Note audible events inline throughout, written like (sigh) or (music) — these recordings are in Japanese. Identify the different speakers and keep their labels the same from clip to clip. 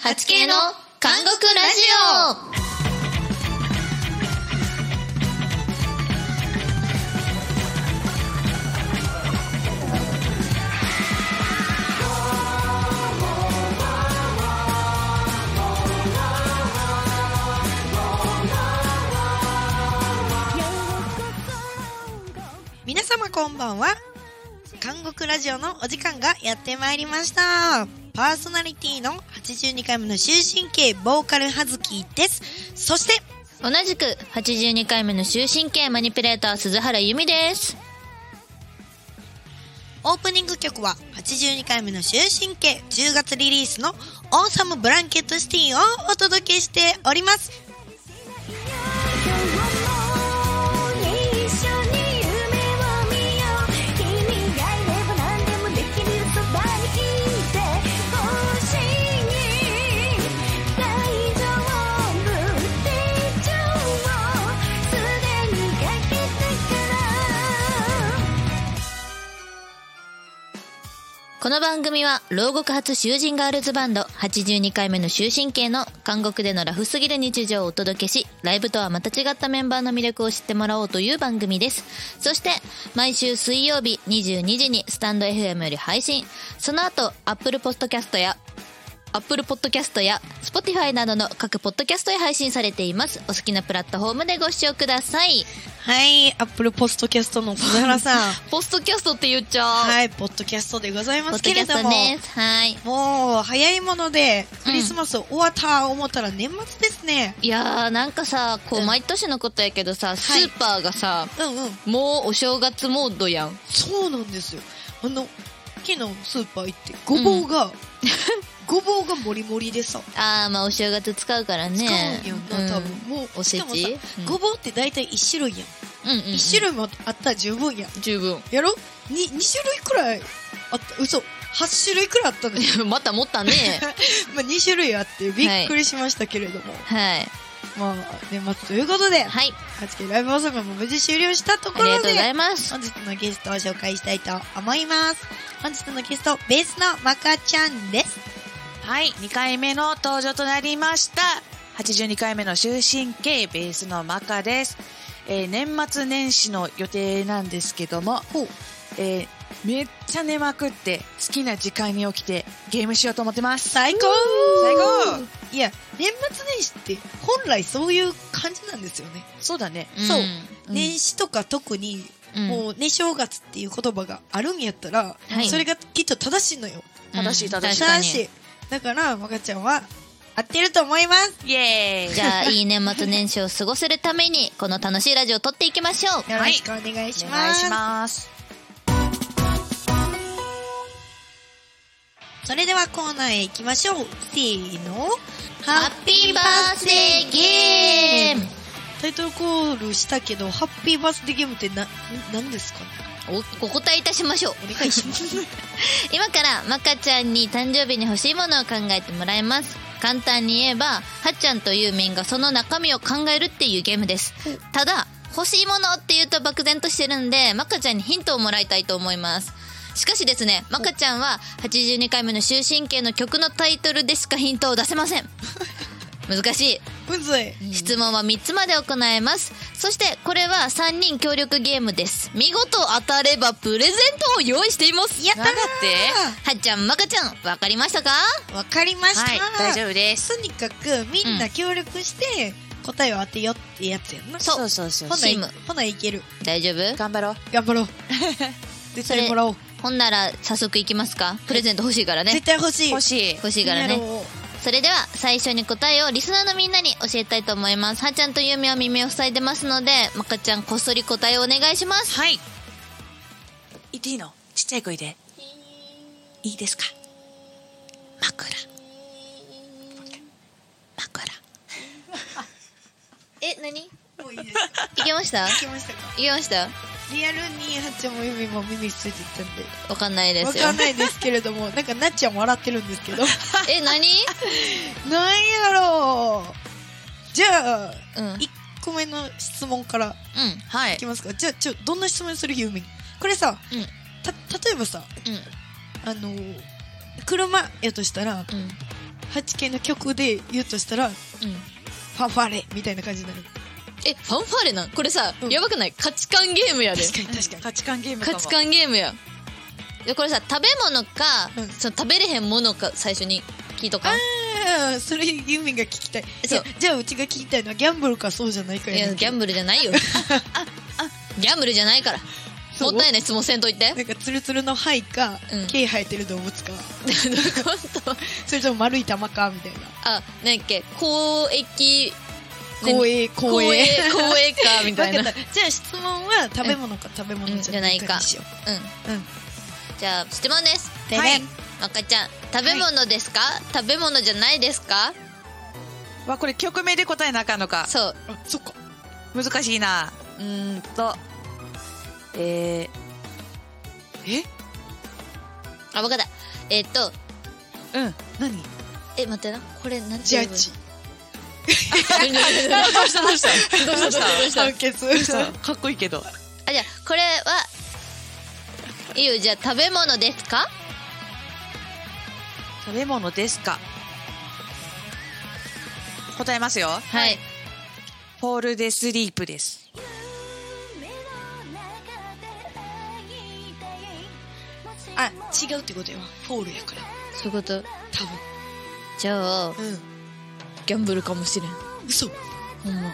Speaker 1: 8K の韓国ラジ
Speaker 2: 皆様こんばんは韓国ラジオのお時間がやってまいりましたパーソナリティの82回目の終身刑ボーカルはずきですそして
Speaker 1: オ同じく82回目の終身刑マニピュレーター鈴原由美です
Speaker 2: オープニング曲は82回目の終身刑10月リリースの「オーサムブランケットシティ」をお届けしております
Speaker 1: この番組は牢獄発囚人ガールズバンド82回目の終身刑の韓国でのラフすぎる日常をお届けしライブとはまた違ったメンバーの魅力を知ってもらおうという番組ですそして毎週水曜日22時にスタンド FM より配信その後 Apple Podcast や Apple Podcast や Spotify などの各ポッドキャストへ配信されていますお好きなプラットフォームでご視聴ください
Speaker 2: はいアップルポストキャストの鈴
Speaker 1: (laughs)
Speaker 2: 原さん
Speaker 1: ポストキャストって言っちゃう、
Speaker 2: はいポッドキャストでございま
Speaker 1: ポ
Speaker 2: す
Speaker 1: ッドキ
Speaker 2: けれ
Speaker 1: ャス
Speaker 2: ど
Speaker 1: ト
Speaker 2: も
Speaker 1: ですはい
Speaker 2: もう早いものでクリスマス終わった思ったら年末ですね、
Speaker 1: いやーなんかさこう
Speaker 2: うん
Speaker 1: 毎年のことやけどさ、スーパーがさ
Speaker 2: うん、うん
Speaker 1: もうお正月モードやん
Speaker 2: そうなんですよあの昨日スーパー行ってごぼうが、ごぼうがもりもりでさ
Speaker 1: あーまあお正月使うから
Speaker 2: 使
Speaker 1: ね
Speaker 2: うんやんな、多分もう
Speaker 1: おせち
Speaker 2: しかも
Speaker 1: う
Speaker 2: さ
Speaker 1: ん
Speaker 2: ごぼうって大体1種類やん、
Speaker 1: うんうんうん、
Speaker 2: 1種類もあったら十分やん
Speaker 1: 十分 (laughs)
Speaker 2: やろに 2, 種類くらいあった嘘8種類くらいあった
Speaker 1: (laughs)
Speaker 2: んですよ
Speaker 1: また持ったね
Speaker 2: まあ2種類あってびっくりしましたけれども、
Speaker 1: はい
Speaker 2: まあ年末ということで、
Speaker 1: はい
Speaker 2: 8K ライブ放送も無事終了したとこ
Speaker 1: ありが
Speaker 2: ろ
Speaker 1: とう
Speaker 2: で
Speaker 1: ございます
Speaker 2: 本日のゲストを紹介したいと思います本日のゲストベースのまかちゃんです
Speaker 3: はい、2回目の登場となりました。82回目の終身刑ベースのマカです。えー年末年始の予定なんですけども、えーめっちゃ寝まくって好きな時間に起きてゲームしようと思ってます。
Speaker 2: 最高
Speaker 3: 最高
Speaker 2: いや年末年始って本来そういう感じなんですよね、
Speaker 3: そうだね。
Speaker 2: そう
Speaker 1: う
Speaker 3: うん
Speaker 2: 年始とか特に
Speaker 1: ん
Speaker 2: もうね正月っていう言葉があるんやったら、
Speaker 1: はい
Speaker 2: それがきっと正しいのよ
Speaker 1: うん
Speaker 3: 正しい正しい
Speaker 1: 確か
Speaker 2: 正
Speaker 1: に
Speaker 2: しいだからまかちゃんは合ってると思います
Speaker 3: イエーイ
Speaker 1: じゃあいい年末年始を過ごせるためにこの楽しいラジオを撮っていきましょう
Speaker 2: よろしくお願いし
Speaker 3: お
Speaker 2: ま
Speaker 3: 願い
Speaker 2: す,、
Speaker 3: します。
Speaker 2: それではコーナーへ行きましょうせーの
Speaker 1: ハッピーバースデーゲーム
Speaker 2: タイトルコールしたけど、ハッピーバースデーゲームってな、ん何ですかね
Speaker 1: おお答えいたしましょう
Speaker 2: お願いします。
Speaker 1: 今からまかちゃんに誕生日に欲しいものを考えてもらいます簡単に言えばはっちゃんとユーミンがその中身を考えるっていうゲームですただ欲しいものって言うと漠然としてるんでまかちゃんにヒントをもらいたいと思いますしかしですねまかちゃんは82回目の終身刑の曲のタイトルでしかヒントを出せません (laughs) 難しい
Speaker 2: むずい。
Speaker 1: 質問は3つまで行えますそしてこれは3人協力ゲームです見事当たればプレゼントを用意していますやった
Speaker 3: なんだって
Speaker 1: はっちゃんまかちゃんわかりましたか
Speaker 2: わかりました。
Speaker 3: はい、大丈夫です。
Speaker 2: とにかく、みんな協力して、答えを当てようってやつやんな。
Speaker 1: そう
Speaker 3: うそうそう
Speaker 2: ほない
Speaker 1: チーム、
Speaker 2: ほないける。
Speaker 1: 大丈夫
Speaker 3: 頑張ろう。
Speaker 2: 頑張ろ
Speaker 1: (laughs)
Speaker 2: う。絶対もらおう。
Speaker 1: ほんなら早速いきますかプレゼント欲しいからね
Speaker 2: 絶対欲しい。
Speaker 3: 欲しい。
Speaker 1: 欲しいから
Speaker 2: みんな
Speaker 1: ね
Speaker 2: の
Speaker 1: それでは最初に答えをリスナーのみんなに教えたいと思いますはっちゃんとゆみは耳を塞いでますのでまかちゃんこっそり答えをお願いします
Speaker 3: はい。言っていいのちっちゃい声で。いいですか枕。枕。
Speaker 1: え何い
Speaker 2: もういいですか
Speaker 1: けましたい
Speaker 2: 来ましたか
Speaker 1: けました
Speaker 2: リアルに、はっちゃんもゆみも耳ついてきたんで。
Speaker 1: わかんないで
Speaker 2: わ
Speaker 1: すよ
Speaker 2: かんないですけれど
Speaker 1: (laughs)
Speaker 2: も、なんかなっちゃん笑ってるんですけど。
Speaker 1: え何
Speaker 2: なんやろうじゃあ、
Speaker 1: うんうん
Speaker 2: 1個目の質問から
Speaker 3: はい
Speaker 2: きますかじゃあちょどんな質問するユーミンこれさ
Speaker 1: うん
Speaker 2: た例えばさ
Speaker 1: うん
Speaker 2: あの車やとしたら
Speaker 1: うん
Speaker 2: 8系の曲で言うとしたら、フ
Speaker 1: うん
Speaker 2: ァンファーレみたいな感じになる。
Speaker 1: えファンファーレなんこれさ、
Speaker 2: うん
Speaker 1: やばくない価値観ゲームやで
Speaker 2: 確かに確かに。
Speaker 3: 価値観ゲームか
Speaker 1: 価
Speaker 3: も
Speaker 1: 値観ゲームやいやこれさ食べ物か、
Speaker 2: うん
Speaker 1: その食べれへんものか最初に聞いとかん
Speaker 2: ああ、それユミンが聞きたい。
Speaker 1: そう
Speaker 2: いやじゃあうちが聞きたいのはギャンブルかそうじゃないか
Speaker 1: いやギャン
Speaker 2: ブ
Speaker 1: ブルじゃないよギャンブルじゃないから
Speaker 2: そ
Speaker 1: も
Speaker 2: う
Speaker 1: ったいない質問せんといて
Speaker 2: なんかツルツルの肺か、
Speaker 1: うん
Speaker 2: 毛生えてる動物か、
Speaker 1: どういうこと
Speaker 2: それとも丸い玉かみたいな。
Speaker 1: あ何やっけ公益
Speaker 2: 公営、公営。
Speaker 1: 公
Speaker 2: (laughs)
Speaker 1: 営かみたいな
Speaker 2: わかったじゃあ質問は食べ物か食べ物じゃないかにしよ
Speaker 1: うん
Speaker 2: う。うん。
Speaker 1: じゃあ質問です
Speaker 2: て
Speaker 3: は
Speaker 2: れ
Speaker 3: い
Speaker 2: ん。
Speaker 1: まかちゃん食べ物ですか、食べ物じゃないですか
Speaker 3: わこれ曲名で答えなあかんのか
Speaker 1: そう
Speaker 2: あ、そっか。
Speaker 3: 難しいなうーんとえー、
Speaker 1: あわかったえっと
Speaker 3: えうん何
Speaker 1: え待ってなこれなんて
Speaker 2: ジ
Speaker 1: 言
Speaker 2: ャ
Speaker 1: うの
Speaker 2: ッジ。
Speaker 3: あどうしたどうしたどうしたどう
Speaker 2: (laughs)
Speaker 3: した
Speaker 2: 判決。
Speaker 3: そうかっこいいけ
Speaker 1: (laughs)
Speaker 3: ど
Speaker 1: あじゃあこれはいいよじゃあ食べ物ですか
Speaker 3: 食べ物ですか答えますよ
Speaker 1: はい
Speaker 3: ポールでスリープです
Speaker 2: あ、違うってことやわ。フォールやから。
Speaker 1: そういうこと
Speaker 2: 多
Speaker 1: じゃあ
Speaker 2: 分。うん。
Speaker 1: ギャンブルかもしれん
Speaker 2: 嘘。
Speaker 1: ほんま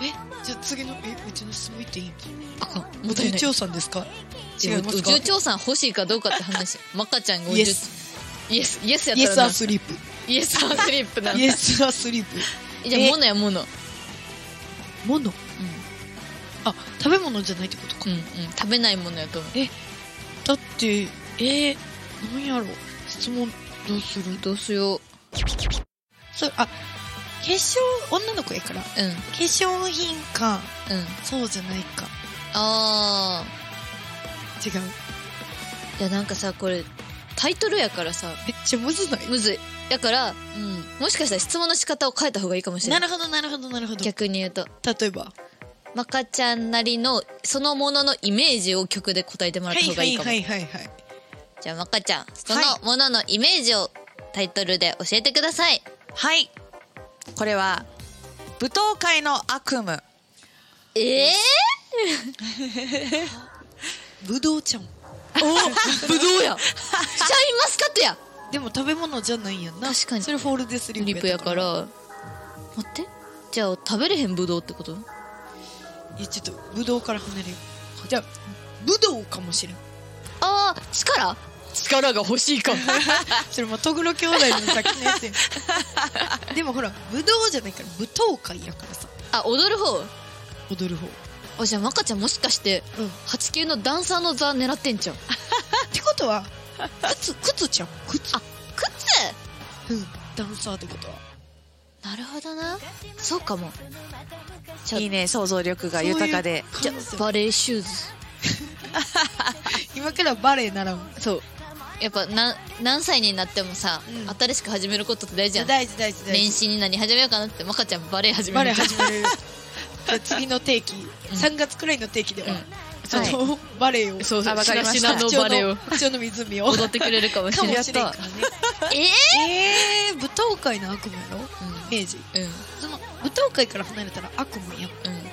Speaker 2: えじゃあ次のえうちの質問言っていい
Speaker 1: あかんも
Speaker 2: 宇
Speaker 1: ったいな
Speaker 2: 宙
Speaker 1: い
Speaker 2: 長さんですか違いま
Speaker 1: 宇
Speaker 2: すか
Speaker 1: 宙長さん欲しいかどうかって話マカちゃんが宇宙
Speaker 2: イエス
Speaker 1: イエスイエスやっ
Speaker 2: イエ
Speaker 1: た
Speaker 2: ス
Speaker 1: ら
Speaker 2: ア
Speaker 1: な
Speaker 2: スリープ
Speaker 1: イエスアスリップなん
Speaker 2: イエ
Speaker 1: だ
Speaker 2: スアスリープ
Speaker 1: (laughs) じゃあ物や物うん
Speaker 2: ものあ食べ物じゃないってことか
Speaker 1: うんうん食べないものやと思う
Speaker 2: だってえー、なんやろ質問どうする
Speaker 1: どうしよう
Speaker 2: それあ化粧女の子やから化
Speaker 1: うん
Speaker 2: 粧品か
Speaker 1: うん
Speaker 2: そうじゃないか
Speaker 1: ああ
Speaker 2: 違う
Speaker 1: いやなんかさこれタイトルやからさ
Speaker 2: めっちゃむずない
Speaker 1: むずいだから、うん、もしかしたら質問の仕方を変えた方がいいかもしれない
Speaker 2: るほどなるほどなるほ例
Speaker 1: 逆に言うと
Speaker 2: えば
Speaker 1: マカちゃんなりのそのもののイメージを曲で答えてもら
Speaker 2: は
Speaker 1: った
Speaker 2: い
Speaker 1: 方が
Speaker 2: はい
Speaker 1: い
Speaker 2: い
Speaker 1: かも、
Speaker 2: はいはいはい
Speaker 1: じゃあマカちゃんそ
Speaker 3: は
Speaker 1: のもののイメージをタイトルで教えてください
Speaker 3: はいこれは舞踏会の悪夢
Speaker 1: ええ
Speaker 2: ぶどうちゃん
Speaker 1: ー、ぶどうやシャインマスカット
Speaker 2: (laughs)
Speaker 1: や
Speaker 2: でも食べ物じゃないやんな
Speaker 1: 確かに
Speaker 2: それフォールデスリ
Speaker 1: リッ
Speaker 2: ープ
Speaker 1: プ
Speaker 2: や
Speaker 1: や
Speaker 2: ったか
Speaker 1: からら待ってじゃあ食べれへんぶどうってこと
Speaker 2: いやちょっとブドウから離れようじゃあブドウかもしれん
Speaker 1: ああ力力が欲しいか
Speaker 2: それもトグロ兄弟のさっきのや (laughs) つやんでもほらブドウじゃないから舞踏会やからさ
Speaker 1: (laughs) あ踊る方
Speaker 2: 踊る方
Speaker 1: あじゃあマカちゃんもしかして
Speaker 2: うんっ
Speaker 1: 八級のダンサーの座狙ってんじゃん
Speaker 2: てことは靴靴ちゃん靴
Speaker 1: あ靴
Speaker 2: うんダンサーってことは
Speaker 1: なるほどなそうかもじゃあ
Speaker 3: いいね想像力が豊かで
Speaker 2: そう
Speaker 1: じゃ
Speaker 2: いう感
Speaker 1: あ
Speaker 2: じ
Speaker 1: バレーシューズ
Speaker 2: 今からバレエ習おう
Speaker 1: そうやっぱな何歳になってもさ、
Speaker 2: うん
Speaker 1: 新しく始めることって大事やん
Speaker 2: 大事大事大
Speaker 1: 年
Speaker 2: 事
Speaker 1: 始に何始めようかなってマカちゃんバレー始め
Speaker 2: バレエ
Speaker 1: る
Speaker 2: 始めるじゃあ次の定 (laughs) 期3月くらいの定期では、その、バレエを
Speaker 1: そうそう
Speaker 3: あわかりました
Speaker 1: 白品のバ
Speaker 2: (laughs)
Speaker 1: レーを
Speaker 2: 白鳥の湖
Speaker 1: (laughs)
Speaker 2: を
Speaker 1: 踊ってくれるかもし
Speaker 2: か
Speaker 1: れ
Speaker 2: も
Speaker 1: ない
Speaker 2: しれんからね
Speaker 1: え
Speaker 2: えー、舞踏会の悪夢やろイメージ
Speaker 1: えうん
Speaker 2: その舞踏会から離れたら悪夢やん
Speaker 1: うん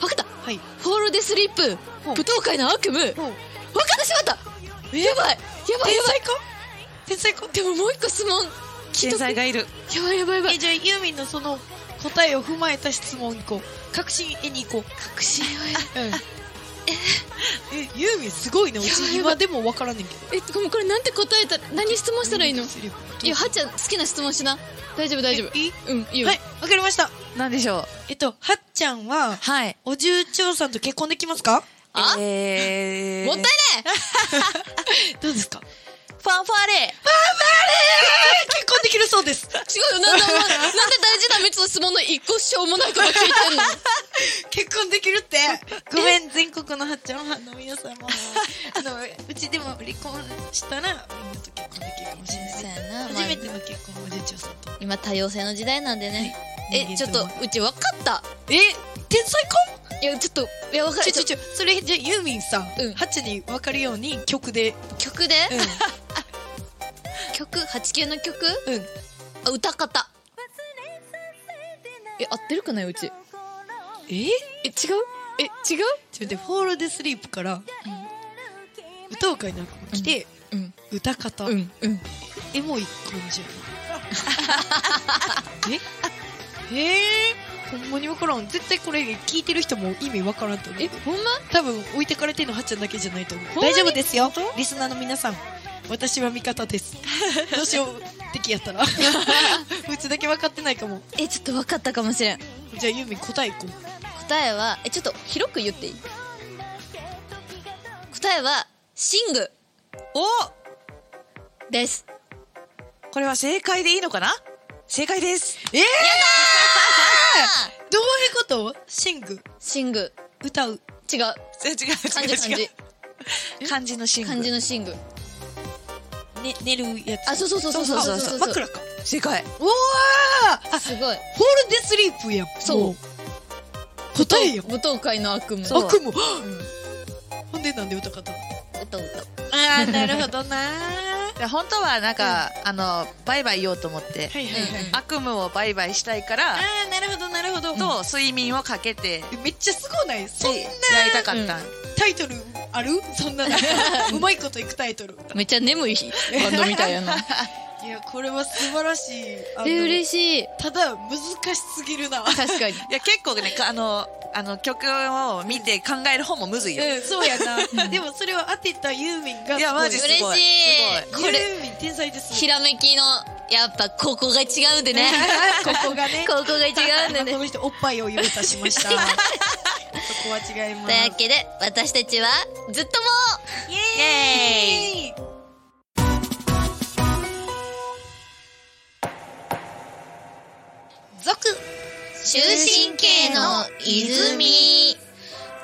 Speaker 1: あわかった
Speaker 2: はい
Speaker 1: フォールデスリープ
Speaker 2: ほう
Speaker 1: 舞踏会の悪夢わか
Speaker 2: もう
Speaker 1: ってしまったやばいやばい
Speaker 2: 天
Speaker 1: やばい
Speaker 2: 才か天才か
Speaker 1: でももう一個質問聞い
Speaker 3: 天
Speaker 1: とく
Speaker 3: 才がいる
Speaker 1: やばいやばいやばい
Speaker 2: えじゃあユーミンのその答えを踏まえた質問行こう革新絵に行こう
Speaker 1: 確信は
Speaker 2: うんえユーミンすごいねう
Speaker 1: やばい
Speaker 2: ち
Speaker 1: やばい
Speaker 2: 今でも分からんねんけど
Speaker 1: えごめんこれなんて答えたら何質問したらいいのいやはっちゃん好きな質問しな大丈夫大丈夫
Speaker 2: えいい
Speaker 1: うんいいよ、
Speaker 2: はいわかりました
Speaker 3: 何でしょう
Speaker 2: えっとはっちゃんは
Speaker 3: はい
Speaker 2: お重長さんと結婚できますか
Speaker 1: あ
Speaker 3: えー
Speaker 1: もったいない
Speaker 2: どうですか
Speaker 1: ファンファーレ
Speaker 2: 結婚できるそうです
Speaker 1: 違うよなんでお前なんで大事な三つの質問の一個しょうもないこと聞いてんの
Speaker 2: 結婚できるってごめん全国のはっちゃんファンの皆様あのうちでも離婚したらみんなと結婚できるかもしれない
Speaker 1: そうやな、まあ
Speaker 2: 初めての結婚おじいちゃんさんと
Speaker 1: 今多様性の時代なんでね
Speaker 2: 人
Speaker 1: え
Speaker 2: 間
Speaker 1: ちょっとうち分かった
Speaker 2: え天才か
Speaker 1: いやちょっといや分か
Speaker 2: ち
Speaker 1: る
Speaker 2: ょちょちょそれじゃあユーミンさん
Speaker 1: うん (laughs)
Speaker 2: ハチに分かるように曲で
Speaker 1: 曲で、曲曲89の曲
Speaker 2: うん
Speaker 1: あ歌方え合ってるくないうち
Speaker 2: え
Speaker 1: え違うえ違
Speaker 2: ちょっと待って「フォール・デ・スリープ」から歌を歌いなく来て、
Speaker 1: ううん
Speaker 2: 歌方、
Speaker 1: うんうん
Speaker 2: エモい感じやな (laughs) ええー、ほんまに分からん絶対これ聞いてる人も意味分からんと思
Speaker 1: え
Speaker 2: う
Speaker 1: ほんま
Speaker 2: 多分置いてかれてんのはっちゃんだけじゃないと思う
Speaker 1: ほんまに
Speaker 2: 大丈夫ですよリスナーの皆さん私は味方です (laughs) どうしよう敵やった (laughs) らうちだけ分かってないかも
Speaker 1: えちょっと分かったかもしれん
Speaker 2: じゃあユーミン答えいこう
Speaker 1: 答えはえちょっと広く言っていい答えはシング
Speaker 3: お
Speaker 1: です
Speaker 3: これは正解でいいのかな正解です。
Speaker 2: ええー、どういうことシング
Speaker 1: シング
Speaker 2: 歌う
Speaker 1: 違う
Speaker 3: 違う違う
Speaker 1: 漢字漢
Speaker 3: 違う
Speaker 1: 字
Speaker 3: 漢字のシングル
Speaker 1: 漢字のシング
Speaker 2: ね、寝るやつ。
Speaker 1: あそうそうそうそう
Speaker 3: そうそう
Speaker 1: そうそう
Speaker 2: 枕か。
Speaker 3: 正解
Speaker 2: おわあ、フォー
Speaker 1: すごい
Speaker 2: ルデスリープやん。
Speaker 1: そう
Speaker 2: も。答えやん。
Speaker 1: 舞踏会の悪夢
Speaker 3: そう
Speaker 2: 悪夢。
Speaker 1: うん
Speaker 2: ほんでなんで歌方
Speaker 1: 歌歌
Speaker 2: ああ、なるほどな。
Speaker 3: いや本当はなんか、あのバイバイ言おうと思って、
Speaker 2: はいはいはい。
Speaker 3: 悪夢をバイバイしたいから
Speaker 2: あ、あ、なるほどなるほど。
Speaker 3: と睡眠をかけて、
Speaker 2: めっちゃすごないそん
Speaker 3: で
Speaker 2: な
Speaker 3: やりたかったん、
Speaker 2: タイトルあるそ (laughs) んな、うまいこといくタイトル。
Speaker 1: めっちゃ眠いバンドみたいやな
Speaker 2: いや、これは素晴らしい。
Speaker 1: え
Speaker 2: しい。
Speaker 1: 嬉しい
Speaker 2: ただ、難しすぎ (laughs) るな。
Speaker 1: 確かに
Speaker 3: いや結構ねかあのあの曲を見て考える方もむずいよ、
Speaker 2: うん、そうやな。でもそれを当てたユーミンがすご。
Speaker 3: いやマジすごい
Speaker 1: 嬉しい
Speaker 3: す
Speaker 1: これ
Speaker 2: ユーミン天才です。
Speaker 1: ひらめきのやっぱここが違うんでね
Speaker 2: (laughs) ここがね。
Speaker 1: ここが違うんでね
Speaker 2: この人おっぱいを用意いたしま (laughs) した。そこは違いま
Speaker 1: というわ
Speaker 2: す。
Speaker 1: けで私たちはずっとも
Speaker 3: イエーイ
Speaker 2: イエーイ
Speaker 1: 続終身刑の泉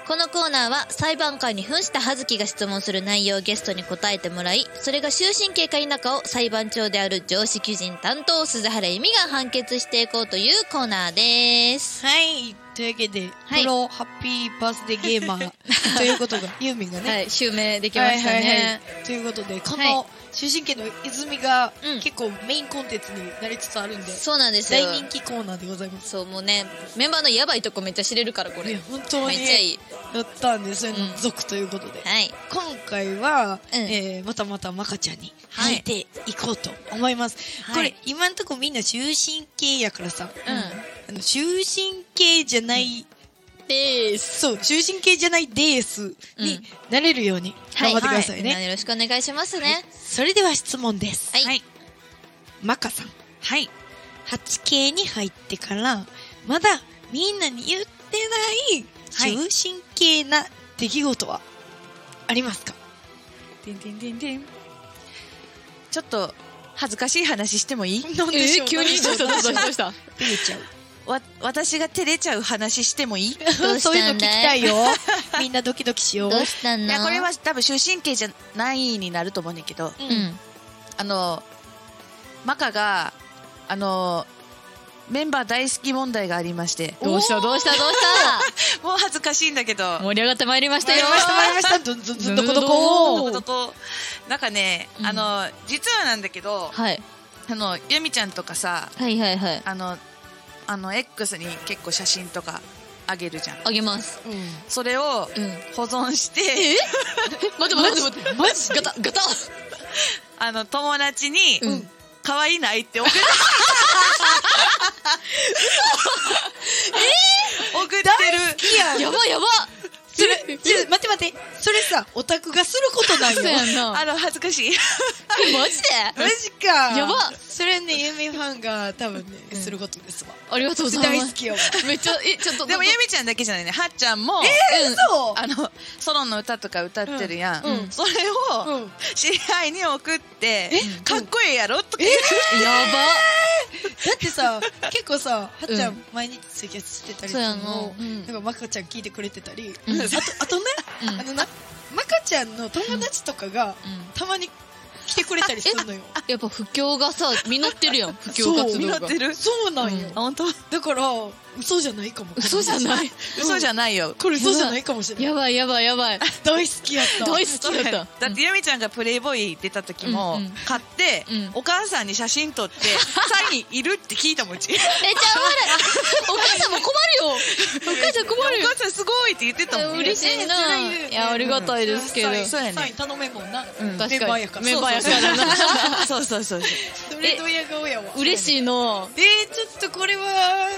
Speaker 1: このコーナーは裁判官に扮した葉月が質問する内容をゲストに答えてもらいそれが終身刑か否かを裁判長である上司求人担当鈴原由美が判決していこうというコーナーです
Speaker 2: はい。というわけで、
Speaker 1: はい
Speaker 2: プロハッピーバースデーゲーマ
Speaker 1: (laughs)
Speaker 2: ーということが、ユーミンがね。
Speaker 1: い襲名で
Speaker 2: はいはいはいということで、こ
Speaker 1: はい
Speaker 2: の終身刑の泉が
Speaker 1: うん
Speaker 2: 結構メインコンテンツになりつつあるんで、
Speaker 1: そうなんですよ
Speaker 2: 大人気コーナーでございます。
Speaker 1: そうもうねメンバーのやばいとこめっちゃ知れるからこれ
Speaker 2: ね、本当
Speaker 1: め
Speaker 2: に
Speaker 1: っちゃいい
Speaker 2: やったんで、そういう
Speaker 1: うん
Speaker 2: の続ということで。
Speaker 1: はい
Speaker 2: 今回は、
Speaker 1: うん
Speaker 2: えーまたまたまかちゃんに
Speaker 1: は
Speaker 2: 聞
Speaker 1: い
Speaker 2: いていこうと思います、
Speaker 1: はい
Speaker 2: これ今んとこみんな終身刑やからさ、
Speaker 1: うん
Speaker 2: あの終身刑じゃない、
Speaker 1: です
Speaker 2: そう終身刑じゃないデース
Speaker 1: う
Speaker 2: に
Speaker 1: ん
Speaker 2: なれるように頑張ってくださいね、
Speaker 1: よろしくお願いしますね、
Speaker 2: それでは質問です、
Speaker 1: はい
Speaker 3: はい
Speaker 2: まかさん
Speaker 3: はい
Speaker 2: 8刑に入ってからまだみんなに言ってない
Speaker 3: はい
Speaker 2: 終身刑な出来事はありますか、
Speaker 3: てんてんてんてんちょっと恥ずかしい話してもいい
Speaker 2: なんでしょうなんでしょう
Speaker 1: した
Speaker 2: 出ちゃう
Speaker 3: わ私が照れちゃう話してもいい
Speaker 1: どうした
Speaker 2: そ
Speaker 1: んだいう
Speaker 2: いうの聞 (laughs) きたいよ。みんなドキドキしよう。
Speaker 1: どうしたの
Speaker 3: いやこれは多分終身刑じゃないになると思うんだけど
Speaker 2: う
Speaker 1: うんん
Speaker 3: あのマカがあのメンバー大好き問題がありまして
Speaker 1: どうしたどうしたどうし
Speaker 3: もう恥ずかしいんだけど
Speaker 1: た盛り上がってまいりました
Speaker 2: 参り
Speaker 1: よ
Speaker 2: ました、参りました。どんどんどんどこど
Speaker 1: ど
Speaker 2: こ。
Speaker 1: ん
Speaker 3: どこなんかね、
Speaker 1: うん
Speaker 3: あの実はなんだけど
Speaker 1: はい
Speaker 3: あのユミちゃんとかさ
Speaker 1: はいはいはい
Speaker 3: あのあの X に結構写真とかあげるじゃん
Speaker 1: あげます
Speaker 2: うん
Speaker 3: それを
Speaker 1: うん
Speaker 3: 保存して、
Speaker 1: 待って待って待ってマジガタガタ
Speaker 3: あの友達に
Speaker 1: うん
Speaker 3: 「可愛いない?」って送って送ってる
Speaker 2: いや、
Speaker 1: やばいやば
Speaker 2: それ、ちょ待って待って。それさ、オタクがすることなん
Speaker 1: そう
Speaker 2: よ。
Speaker 1: やんな
Speaker 3: あの恥ずかしい
Speaker 1: えマジで
Speaker 2: マジか。
Speaker 1: やば
Speaker 2: それね、ユミファンが多分
Speaker 1: う
Speaker 2: ね、
Speaker 1: ん
Speaker 2: することですわ。
Speaker 1: ありがとうござい
Speaker 2: 大
Speaker 1: ま
Speaker 2: 好
Speaker 1: す
Speaker 2: きよ。
Speaker 1: めっちゃえちょっと
Speaker 3: でも
Speaker 1: なん
Speaker 3: ゆ
Speaker 1: か
Speaker 3: みちゃんだけじゃないねはっちゃんも、
Speaker 1: うん
Speaker 2: そう。
Speaker 3: あのソロの歌とか歌ってるやん、
Speaker 2: うん
Speaker 1: うん
Speaker 3: それ
Speaker 2: う
Speaker 3: を
Speaker 2: ん。
Speaker 3: 知り合いに送って
Speaker 2: え
Speaker 3: かっこええやろとか
Speaker 1: や
Speaker 2: だってさ、結構さ、はっちゃ
Speaker 1: うん
Speaker 2: 毎日生活してたりす
Speaker 1: そう
Speaker 2: る
Speaker 1: やな
Speaker 2: の
Speaker 1: う。ん
Speaker 2: なんか、まかちゃん聞いてくれてたり。
Speaker 1: うん
Speaker 2: あと、あとね、
Speaker 1: うん
Speaker 2: あのな、まかちゃんの友達とかが、
Speaker 1: うん
Speaker 2: たまに来てくれたりするのよ。
Speaker 1: やっぱ不況がさ実ってるやん不
Speaker 2: そ
Speaker 1: 況
Speaker 2: う
Speaker 3: (laughs)
Speaker 1: 活動
Speaker 3: 実
Speaker 1: が
Speaker 3: ってる
Speaker 2: そうなんよ。
Speaker 1: うん
Speaker 3: 本当
Speaker 2: だから、嘘じゃないかも。
Speaker 1: 嘘じ
Speaker 2: (laughs)
Speaker 1: ゃない
Speaker 3: 嘘じゃないよ。
Speaker 2: これ嘘じゃないかもしれない。
Speaker 1: やばいやばいやばい
Speaker 2: 大好きやった。
Speaker 1: 大好きだった
Speaker 3: だって由美ちゃんがプレイボーイ出た時も
Speaker 1: うんうん
Speaker 3: 買って、
Speaker 1: うん
Speaker 3: お母さんに写真
Speaker 2: (laughs)
Speaker 3: 撮ってサインいるって聞いたもんうち
Speaker 1: めっちゃお母さんも困るよお母さん困る
Speaker 3: お
Speaker 1: よ
Speaker 3: 母さんすごいって言ってたもん
Speaker 1: 嬉しいないやありがたいですけど
Speaker 3: そうやそうや
Speaker 2: サイ
Speaker 3: ね
Speaker 2: ン頼めんもんな。
Speaker 3: うん
Speaker 1: 確
Speaker 2: メンバ
Speaker 1: か
Speaker 2: ー
Speaker 1: に
Speaker 2: やから
Speaker 1: メンバーや
Speaker 2: (laughs)
Speaker 1: からな
Speaker 3: そうそうそうそう
Speaker 2: どれどや顔やわ。
Speaker 1: (laughs) 嬉しいの
Speaker 2: えー、ちょっとこ
Speaker 1: (laughs)
Speaker 2: れは、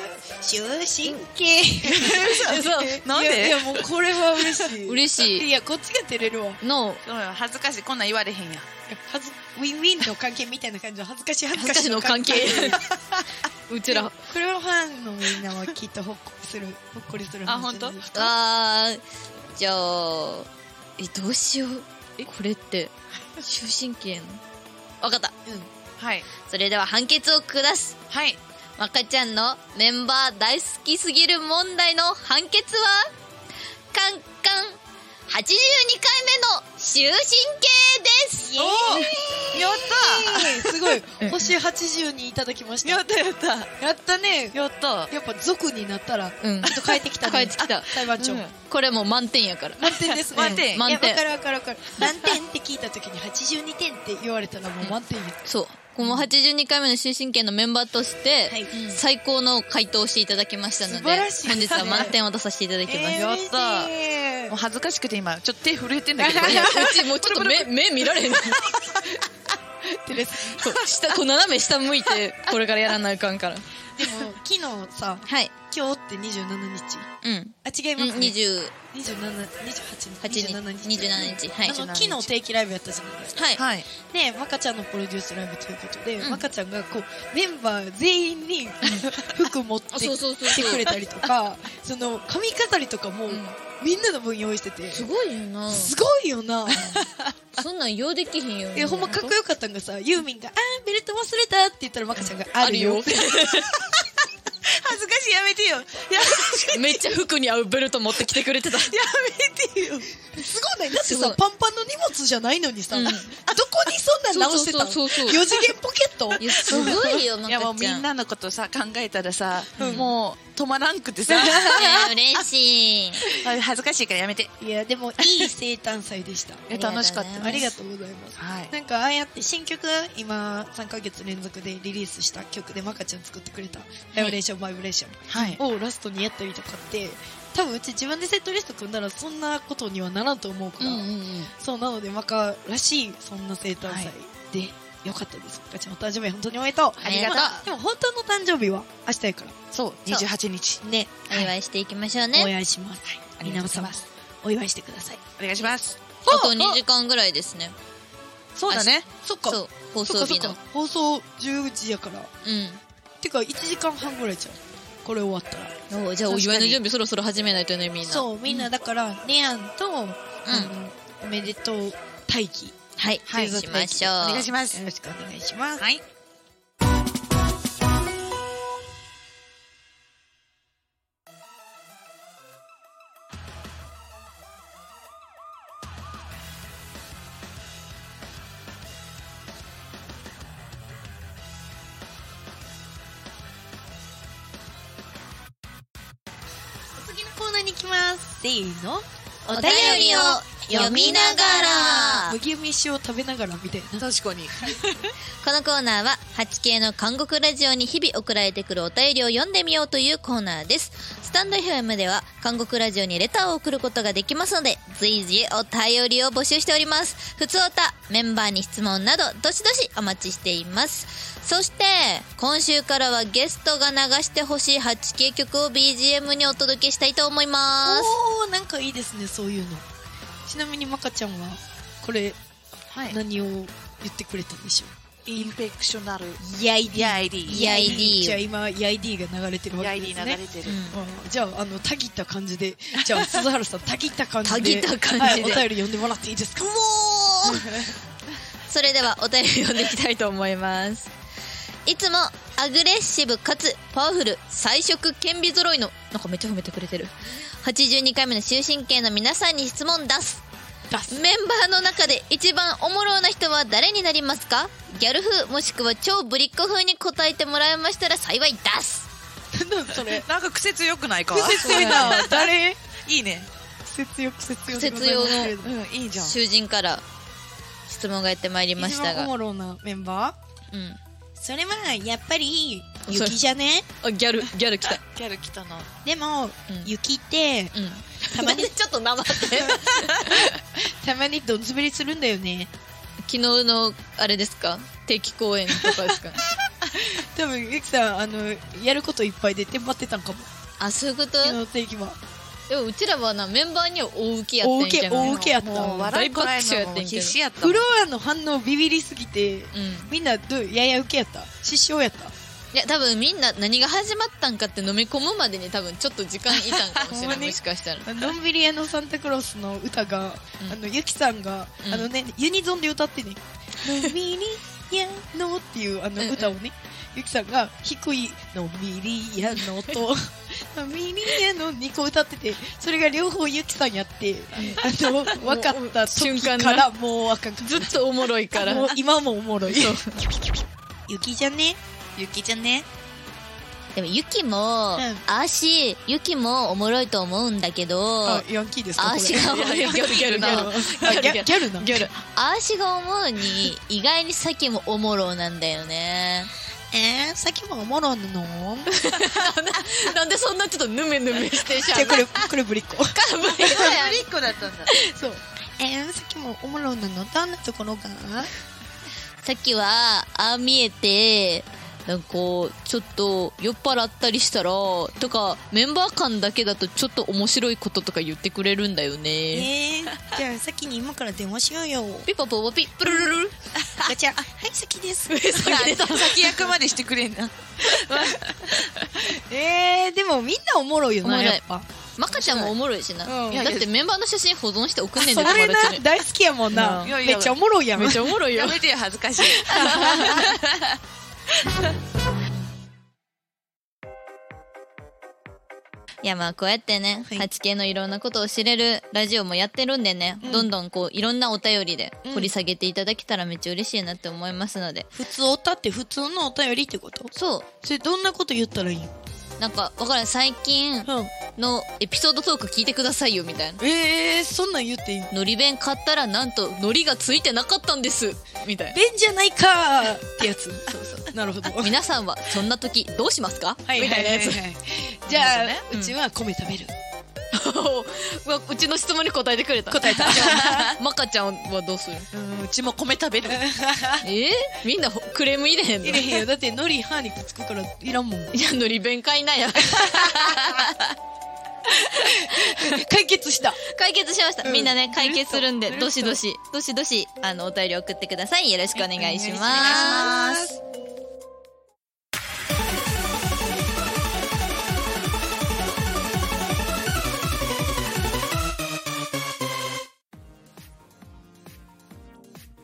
Speaker 2: 終身刑。
Speaker 1: 嘘
Speaker 3: なんで
Speaker 2: いやいや、もうこれは嬉し
Speaker 1: (laughs)
Speaker 2: い。
Speaker 1: 嬉し
Speaker 2: いや、こっちが照れるわ。
Speaker 1: いの
Speaker 3: そうよ恥ずかしいこんなん言われへんやん
Speaker 2: はずウィンウィンの関係みたいな感じの恥ずかしい恥ず
Speaker 1: 恥ずか
Speaker 2: かし
Speaker 1: し
Speaker 2: い
Speaker 1: の関係うちら
Speaker 2: (laughs) これはファンのみんなはきっとほっこりする、ほっこりする話
Speaker 3: あ本当
Speaker 2: です
Speaker 1: あーじゃあえどうしようこれって終身刑のわかった
Speaker 2: うん。
Speaker 3: はい
Speaker 1: それでは判決を下す
Speaker 3: はい
Speaker 1: まかちゃんのメンバー大好きすぎる問題の判決はカンカン82回目の終身刑です
Speaker 3: おーやっ
Speaker 2: え (laughs) ーすごい。星80にいただきましたた。や
Speaker 3: やったやった
Speaker 2: ったね。
Speaker 3: やった
Speaker 2: やっぱ族になったら、ちょ
Speaker 1: うん
Speaker 2: っと変えてきたね。
Speaker 1: 変えてきた
Speaker 2: 裁判長。
Speaker 3: うん
Speaker 1: これもう満点やから
Speaker 2: 満点ですね。
Speaker 3: 満点
Speaker 1: 満点
Speaker 2: いやわかるわかるわかる。何点って聞いた時に82点って言われたらもう満点や。
Speaker 1: そうこの82回目の終身刑のメンバーとして、
Speaker 2: はいうん
Speaker 1: 最高の回答をしていただきましたので
Speaker 2: 素晴らしい
Speaker 1: 本日は満点を出させていただきま
Speaker 2: え
Speaker 1: す、
Speaker 2: ー
Speaker 3: やっ
Speaker 2: 嬉
Speaker 3: た
Speaker 2: しい
Speaker 3: もう恥ずかしくて今ちょっと手震えてんだけど
Speaker 1: いやうちもうちょっと
Speaker 2: (laughs)
Speaker 1: 目目見られへん
Speaker 2: 照れすぎ
Speaker 1: そう下こう斜め下向いてこれからやらなあかんから
Speaker 2: でも、昨日さ、
Speaker 1: はい
Speaker 2: 今日って27日。
Speaker 1: うん
Speaker 2: あ、違います、ね。
Speaker 1: 20
Speaker 2: 27 28日
Speaker 1: 日
Speaker 2: 27
Speaker 1: 27日はい
Speaker 2: あの昨日定期ライブやったじゃないですか
Speaker 1: はい、
Speaker 3: はい
Speaker 2: でまかちゃんのプロデュースライブということで、
Speaker 1: うん
Speaker 2: まかちゃんがこうメンバー全員に (laughs) 服持って
Speaker 1: あそうそうそうそう
Speaker 2: きてくれたりとか (laughs) その髪飾りとかも、
Speaker 1: うん
Speaker 2: みんなの分用意してて
Speaker 1: すごいよな
Speaker 2: すごいよ (laughs) な
Speaker 1: そんなんようできへんよ
Speaker 2: えほんまかっこよかったんがさユーミンが「あーベルト忘れた」って言ったらまかちゃんが「ある (laughs) よ」
Speaker 3: 恥ずかしいやめてよや
Speaker 1: めっちゃ服に合うベルト持ってきてくれてた
Speaker 3: めてよ
Speaker 2: すごいねだって
Speaker 1: すご
Speaker 2: さ
Speaker 1: い
Speaker 2: パンパンの荷物じゃないのにさ、
Speaker 1: うん
Speaker 2: どこにそんなん直してたの
Speaker 1: そうそうそうそう
Speaker 2: 4次元ポケット
Speaker 1: いやすごいよまかち
Speaker 3: い
Speaker 1: ゃ
Speaker 3: や
Speaker 1: ん
Speaker 3: もうみんなのことさ考えたらさ、もう止まらんくて (laughs) さ
Speaker 1: いや嬉しい
Speaker 3: あ恥ずかしいからやめて
Speaker 2: いやでもいい生誕祭でした
Speaker 3: え楽しかった
Speaker 2: (laughs) ありがとうございます
Speaker 3: はい
Speaker 2: なんかああやって新曲今3ヶ月連続でリリースした曲でまかちゃん作ってくれた「バイブレーションバイブレーション
Speaker 3: はい」
Speaker 2: をラストにやったりとかって多分うち自分でセットリスト組んだらそんなことにはならんと思うから、
Speaker 1: ん
Speaker 2: そうなのでまからしいそんな生誕祭でよかったですまかちゃんお誕生日本当におめでとう
Speaker 1: ありがとう
Speaker 2: でも本当の誕生日は明日やから
Speaker 3: そう28日
Speaker 2: ね
Speaker 1: お祝いしていきましょう
Speaker 2: お
Speaker 1: ね
Speaker 2: 祝いします、
Speaker 3: ありがとう
Speaker 2: 皆
Speaker 3: ござい
Speaker 2: 様
Speaker 3: ます
Speaker 2: お祝いしてください
Speaker 3: お願いします
Speaker 1: あと2時間ぐらいですね
Speaker 3: そうだね
Speaker 2: そっか
Speaker 1: そう放
Speaker 2: そ
Speaker 1: 送
Speaker 2: っかそっ
Speaker 1: 日
Speaker 2: か
Speaker 1: のう
Speaker 2: 放送10時やから
Speaker 1: ん
Speaker 2: てか1時間半ぐらいじゃんこれ終わったら
Speaker 1: おうじゃあお祝いの準備そろそろ始めないとねみんな
Speaker 2: そうみんなだからねやんと、あのおめでとう待機
Speaker 1: はい、
Speaker 2: はい
Speaker 1: しましょう
Speaker 3: お願いします
Speaker 2: よろしくお願いします、
Speaker 3: はい
Speaker 2: 次のコーナーに行きますせーのお
Speaker 1: 便りを読みながら
Speaker 2: 麦飯を食べながらみたいな
Speaker 3: 確かに
Speaker 1: このコーナーは 8K の韓国ラジオに日々送られてくるお便りを読んでみようというコーナーですスタンド FM では韓国ラジオにレターを送ることができますので随時お便りを募集しております普通おたメンバーに質問などどしどしお待ちしていますそして今週からはゲストが流してほしい 8K 曲を BGM にお届けしたいと思います
Speaker 2: おーなんかいいですねそういうのちなみにまかちゃんはこれ
Speaker 3: はい
Speaker 2: 何を言ってくれたんでしょ
Speaker 3: インフェクショナル
Speaker 2: うやいで
Speaker 3: ヤイディ
Speaker 1: ヤイディ
Speaker 2: じゃあ今ヤイディが流れてるわ
Speaker 3: ヤ
Speaker 2: け
Speaker 3: イ
Speaker 2: です
Speaker 3: デ
Speaker 2: ね
Speaker 3: ィ流れてる、
Speaker 1: うん
Speaker 2: うんじゃあ、あの、たぎった感じで、じゃあ、鈴原さん、たぎった感じで。
Speaker 1: たぎった感じで
Speaker 2: はい、お便り読んでもらっていいですか
Speaker 1: (laughs) それではお便り読んでいきたいと思いますいつもアグレッシブかつパワフル彩色顕微揃いのなんかめっちゃ褒めてくれてる82回目の終身刑の皆さんに質問出す
Speaker 2: 出す。
Speaker 1: メンバーの中で一番おもろな人は誰になりますかギャル風もしくは超ぶりっ子風に答えてもらえましたら幸い出す
Speaker 2: なんだそれ。
Speaker 3: なんか癖強くないか
Speaker 2: 癖強いな。誰
Speaker 3: いいね。
Speaker 2: 節強、節強。
Speaker 1: 節用の
Speaker 3: うん、いいじゃん。
Speaker 1: 囚人から質問がやってまいりまし
Speaker 2: 一
Speaker 1: たが、
Speaker 2: 番おもろなメンバー
Speaker 1: うん、
Speaker 2: それは、やっぱり、雪じゃね
Speaker 1: あギャルギャル来た、
Speaker 3: ギャル来たな。
Speaker 2: でも、雪って、
Speaker 1: うん、
Speaker 2: たまに、
Speaker 1: ちょっとなまって昨
Speaker 2: たまにどんずべりするんだよね。
Speaker 1: 日のあれですか定期公演とかですか
Speaker 2: 多分、ゆきさん、あの、やることいっぱいで、テンパってたんかも。
Speaker 1: (laughs) あそういうこと
Speaker 2: 昨日の天気は。
Speaker 1: でもうちらはなメンバーには大受けやってんじゃ
Speaker 2: 大
Speaker 1: ん
Speaker 2: 受けやった
Speaker 3: もう笑いこらえるのも必死やった
Speaker 2: フ
Speaker 3: もん。
Speaker 2: ロアの反応ビビりすぎ
Speaker 1: う
Speaker 2: て、
Speaker 1: んい
Speaker 2: みんなどうやや受けやった失笑やった
Speaker 1: や多分みんな何が始まったんかって飲み込むまでに多分ちょっと時間いたんかもしれ (laughs) なんい
Speaker 2: ほまに
Speaker 1: もしかしたら
Speaker 2: のんびり屋のサンタクロースの歌が、
Speaker 1: うん
Speaker 2: あのゆきさんが、
Speaker 1: うん
Speaker 2: あのねユニゾンで歌ってね
Speaker 1: (laughs)
Speaker 2: 「のんびり屋の」っていうあ
Speaker 1: うんう
Speaker 2: の
Speaker 1: ん
Speaker 2: 歌をねゆきさんが低い「のんびり屋の」
Speaker 1: (laughs)
Speaker 2: と「のんびり屋の」2個歌っててそれが両方ゆきさんやってあの分かった
Speaker 1: 瞬
Speaker 2: 時
Speaker 1: 間な
Speaker 2: からもうあかんかっ
Speaker 1: ずっとおもろいか
Speaker 2: た
Speaker 1: ら
Speaker 2: もう今もおもろい
Speaker 1: そう
Speaker 2: 雪じゃね
Speaker 3: 雪じゃね。 (laughs)
Speaker 1: でもユキも、
Speaker 2: うん
Speaker 1: あーしユキもおもろいと思うんだけど
Speaker 2: (laughs) あヤンキーですか
Speaker 1: あ
Speaker 2: これ
Speaker 1: 違うわ
Speaker 2: いや
Speaker 1: ギャルギャルな
Speaker 2: あギャギャルな
Speaker 1: ギャルあーしが思うに意外にさっきもおもろなんだよね
Speaker 2: えー、さっきもおもろんの
Speaker 1: (laughs) なんでそんなちょっとヌメヌメしてし
Speaker 2: じゃ
Speaker 1: (laughs)
Speaker 2: あこれ、これぶりっ子。
Speaker 3: (laughs) りっ子だったんだ。
Speaker 2: そう。えー、さっきもおもろんなのどんなところが
Speaker 1: さっきはああ見えてなんかこうちょっと酔っ払ったりしたらとかメンバー間だけだとちょっと面白いこととか言ってくれるんだよ
Speaker 2: え
Speaker 1: ね
Speaker 2: ー、じゃあさっきに今から電話しようよ。
Speaker 1: ピパポポピプルルルル
Speaker 2: ガチャ。はい、さきです。
Speaker 3: 先役までしてくれんな。
Speaker 2: えー、でもみんなおもろいよ
Speaker 1: おも
Speaker 2: な、
Speaker 1: ろい
Speaker 2: やっぱ。
Speaker 1: マカちゃんもおもろいしな、
Speaker 2: うん
Speaker 1: いやだってメンバーの写真保存して送んねん
Speaker 2: そ
Speaker 1: で友
Speaker 2: れな
Speaker 1: 達に、
Speaker 2: 大好きやもんな。
Speaker 3: うんいやい
Speaker 2: め
Speaker 3: や
Speaker 2: っちゃおもろいやん。
Speaker 1: めっちゃおもろいよ
Speaker 3: やめてよ、恥ずかしい。
Speaker 1: (laughs) いやまあこうやってね、
Speaker 2: はい
Speaker 1: 8K のいろんなことを知れるラジオもやってるんでね、
Speaker 2: うん
Speaker 1: どんどんこういろんなお便りで
Speaker 2: うん
Speaker 1: 掘り下げていただけたらめっちゃ嬉しいなって思いますので、
Speaker 2: 普通おたって普通のお便りってこと
Speaker 1: そ
Speaker 2: それどんなこと言ったらいいの
Speaker 1: うなんかわからない最近
Speaker 2: うん。
Speaker 1: のエピソードトーク聞いてくださいよみたいな
Speaker 2: えー、そんなん言っていいの
Speaker 1: のり弁買ったらなんとのりがついてなかったんですみたいな
Speaker 2: 便じゃないかーってやつ。そうそう。なるほど。
Speaker 1: 皆さんはそんな時どうしますか
Speaker 2: はい
Speaker 1: み
Speaker 2: は
Speaker 1: たい
Speaker 2: い
Speaker 1: な
Speaker 2: は
Speaker 1: や
Speaker 2: い、は
Speaker 1: つ
Speaker 2: い、じゃあ、
Speaker 1: うん
Speaker 2: うちは米食べる
Speaker 1: (laughs) うわうちの質問に答えてくれた
Speaker 2: 答
Speaker 1: (laughs)
Speaker 2: えた
Speaker 1: マカちゃんはどうする
Speaker 3: うんうちも米食べる。
Speaker 1: えー、みんなほクレーム入れへんの
Speaker 2: 入れへんよだって海苔歯にくっつくからいらんもん
Speaker 1: いやのり弁買いなや
Speaker 2: 解決した
Speaker 1: (laughs) 解決しました、
Speaker 2: うん
Speaker 1: みんなね解決するんで
Speaker 2: ぬるっと
Speaker 1: どしどしどしどしあのお便り送ってくださいよろしくお願いし
Speaker 3: お
Speaker 1: ま
Speaker 3: 願
Speaker 1: す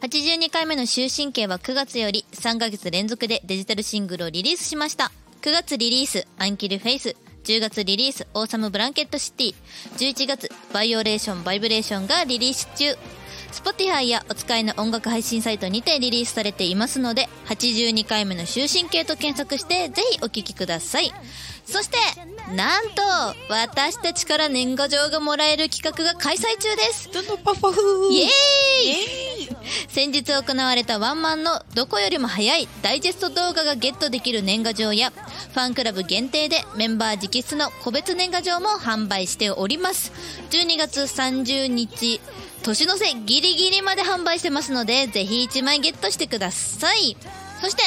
Speaker 1: 82回目の終身刑は9月より3ヶ月連続でデジタルシングルをリリースしました。9月リリース、アンキルフェイス。10月リリース、オーサムブランケットシティ。11月、バイオレーション、バイブレーションがリリース中。Spotify やお使いの音楽配信サイトにてリリースされていますので、82回目の終身刑と検索して、ぜひお聴きください。そして、なんと、私たちから年賀状がもらえる企画が開催中です。
Speaker 2: どんどんパフパフ
Speaker 1: イエーイ
Speaker 2: イエーイ
Speaker 1: 先日行われたワンマンのどこよりも早いダイジェスト動画がゲットできる年賀状やファンクラブ限定でメンバー直筆の個別年賀状も販売しております12月30日年の瀬ギリギリまで販売してますのでぜひ1枚ゲットしてくださいそして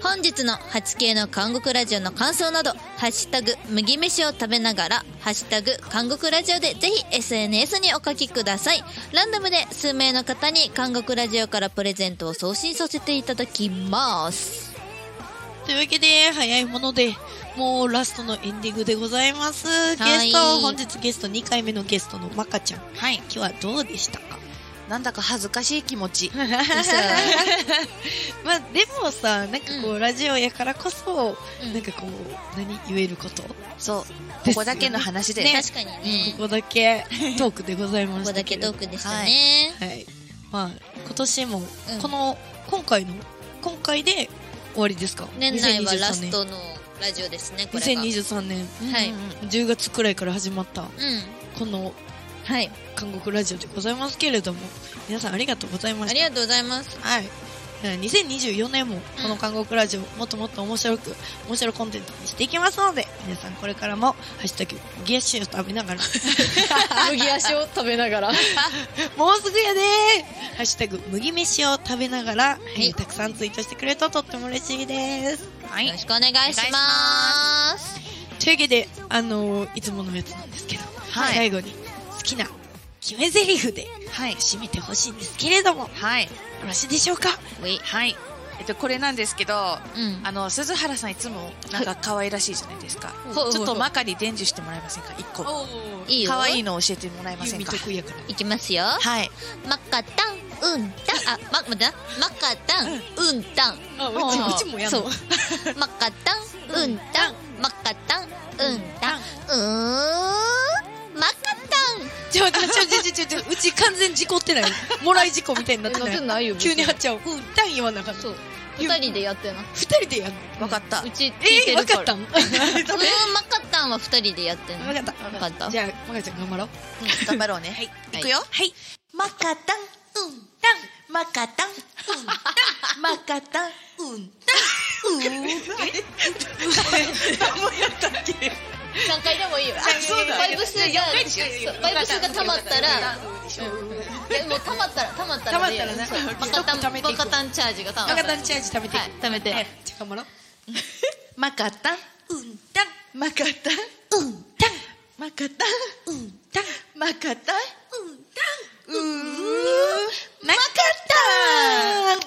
Speaker 1: 本日の 8K の韓国ラジオの感想など「ハッシュタグ麦飯を食べながら」「ハッシュタグ韓国ラジオ」でぜひ SNS にお書きくださいランダムで数名の方に韓国ラジオからプレゼントを送信させていただきます
Speaker 2: というわけで早いものでもうラストのエンディングでございますゲスト
Speaker 1: はい
Speaker 2: 本日ゲスト2回目のゲストのまかちゃん
Speaker 3: はい。
Speaker 2: 今日はどうでしたか
Speaker 3: なんだか恥ずかしい気持ち。
Speaker 2: まあでもさなんかこう、ラジオやからこそ、
Speaker 1: うん
Speaker 2: なんかこう何言えることこ
Speaker 3: そう。
Speaker 2: ですよね
Speaker 3: ここだけの話で。
Speaker 1: 確かにね
Speaker 2: こだけトークでございま
Speaker 1: こ
Speaker 2: し
Speaker 1: こ
Speaker 2: た
Speaker 1: だけ
Speaker 2: けれど
Speaker 1: トークでしたね、
Speaker 2: はい。まあ、今年も、
Speaker 1: うん
Speaker 2: この、今回の、今回で終わりですか
Speaker 1: 年内はラス
Speaker 2: 2023
Speaker 1: トのラジオですねこれが
Speaker 2: 2023年
Speaker 1: はい
Speaker 3: うんうんうん
Speaker 2: 10月くらいから始まった
Speaker 1: うん
Speaker 2: この
Speaker 1: はい
Speaker 2: 韓国ラジオでございますけれども皆さんありがとうございま
Speaker 1: あ
Speaker 2: し
Speaker 1: り
Speaker 2: た
Speaker 1: がとうございます
Speaker 2: はいえー2024年もこの韓国ラジオもっともっと面白く面白いコンテンツにしていきますので皆さんこれからも「ハッシュタグギアッシュ」を食べな
Speaker 1: (laughs)
Speaker 2: がら
Speaker 1: 麦足を食べながら
Speaker 2: (laughs) もうすぐやでーハッシュタグ麦飯を食べながら、えー
Speaker 1: はい
Speaker 2: たくさんツイートしてくれるととっても嬉しいです
Speaker 3: は
Speaker 1: よろしくお願いし
Speaker 3: お願いし
Speaker 1: ます
Speaker 2: というわけで、あのーいつものやつなんですけど、
Speaker 3: はい
Speaker 2: 最後に好きな決め台詞で
Speaker 3: はい
Speaker 2: 締めてほしいんですけれども、よ
Speaker 3: はい
Speaker 2: ろしいでしょうか
Speaker 1: うい
Speaker 3: はいえっとこれなんですけどあ
Speaker 1: うん
Speaker 3: の鈴原さんいつもなんか可愛らしいじゃないですか
Speaker 1: ほう
Speaker 3: ち
Speaker 1: ほう
Speaker 3: ょっとマカに伝授してもらえませんか一個
Speaker 2: お
Speaker 1: いいよ
Speaker 3: 可愛いのを教えてもらえま
Speaker 2: ゆ
Speaker 3: せ
Speaker 2: うんみ
Speaker 3: か
Speaker 2: 得意やから。
Speaker 1: いきますよ
Speaker 3: はい
Speaker 1: マカタンうんたんあま待ってなマカタンうんたん
Speaker 2: あ、
Speaker 1: ほほ
Speaker 2: うち、うちもやん (laughs) の
Speaker 1: そうマカタンうんたんマカタンうんたんうーんマカタ
Speaker 2: ちょ、ちょ、ちょ、ちょ、ちょ、ちょ、うち完全事故ってない。もらい事故みたいになって
Speaker 1: ン
Speaker 2: ない。
Speaker 1: ないよ
Speaker 2: 急に貼っちゃう。うん、単位言わなあかった。
Speaker 1: そう
Speaker 2: ゆ
Speaker 1: 二人でやってな
Speaker 2: 二人でやんの。
Speaker 3: わかった
Speaker 1: うち聞い
Speaker 2: え
Speaker 1: て
Speaker 2: ー、
Speaker 1: る
Speaker 2: わ
Speaker 1: から
Speaker 2: かったんわ (laughs)
Speaker 1: うーんマカタンは二人でやってんの
Speaker 2: かった。
Speaker 1: わかった
Speaker 2: じゃあ、まかちゃん頑張ろう。
Speaker 3: 頑張ろうね。はい。いくよ。はい。マカタン、うんタン。マカタン、うんタン。マカタン、うんタン。うーん。
Speaker 2: 何もやったっけ
Speaker 1: 何回でもいいよ
Speaker 3: そうだ
Speaker 1: バイブスがそうバイブスが溜まったらえもう溜まったら溜まったらで
Speaker 2: 溜まったらな
Speaker 1: そうマ
Speaker 2: スト
Speaker 1: カ
Speaker 2: ック
Speaker 1: タ
Speaker 2: 溜
Speaker 1: ン
Speaker 2: めて
Speaker 1: マ
Speaker 2: いこう
Speaker 1: カタンチャージが溜まった
Speaker 2: 赤タンチャージ食べていく
Speaker 1: はい溜めて
Speaker 2: じゃあ頑張ろう。
Speaker 3: マカタン、うんタン。マカタン、うんタン。マカタン、うんタン。マカタン、うんタン。うーん。マカタン。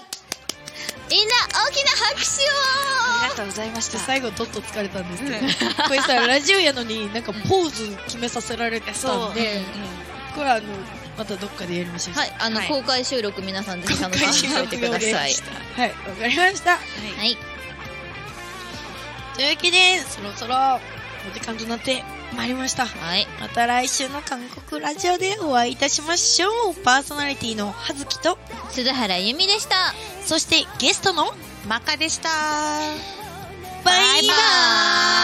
Speaker 1: みんな大きな拍手
Speaker 3: あり
Speaker 1: を
Speaker 3: がとうございまし
Speaker 2: ちょ
Speaker 3: た
Speaker 2: っと。最後どっと疲れたんですけど、これさラジオやのになんかポーズ決めさせられたんで、これはあのまたどっかでやりましょう。
Speaker 1: はい、あの、
Speaker 3: はい
Speaker 1: 公開収録皆さんぜひ楽しみに
Speaker 2: 回収
Speaker 1: しておいてください。
Speaker 2: はい、わかりました。
Speaker 1: はい、
Speaker 2: というわけで、そろそろお時間となってまいりました。
Speaker 1: はい、
Speaker 2: また来週の韓国ラジオでお会いいたしましょう。パーソナリティの葉月と、
Speaker 1: 鈴原由美でした。
Speaker 2: そしてゲストの
Speaker 3: マカでした。
Speaker 2: バイバ
Speaker 1: バイ
Speaker 2: イ
Speaker 1: バーイ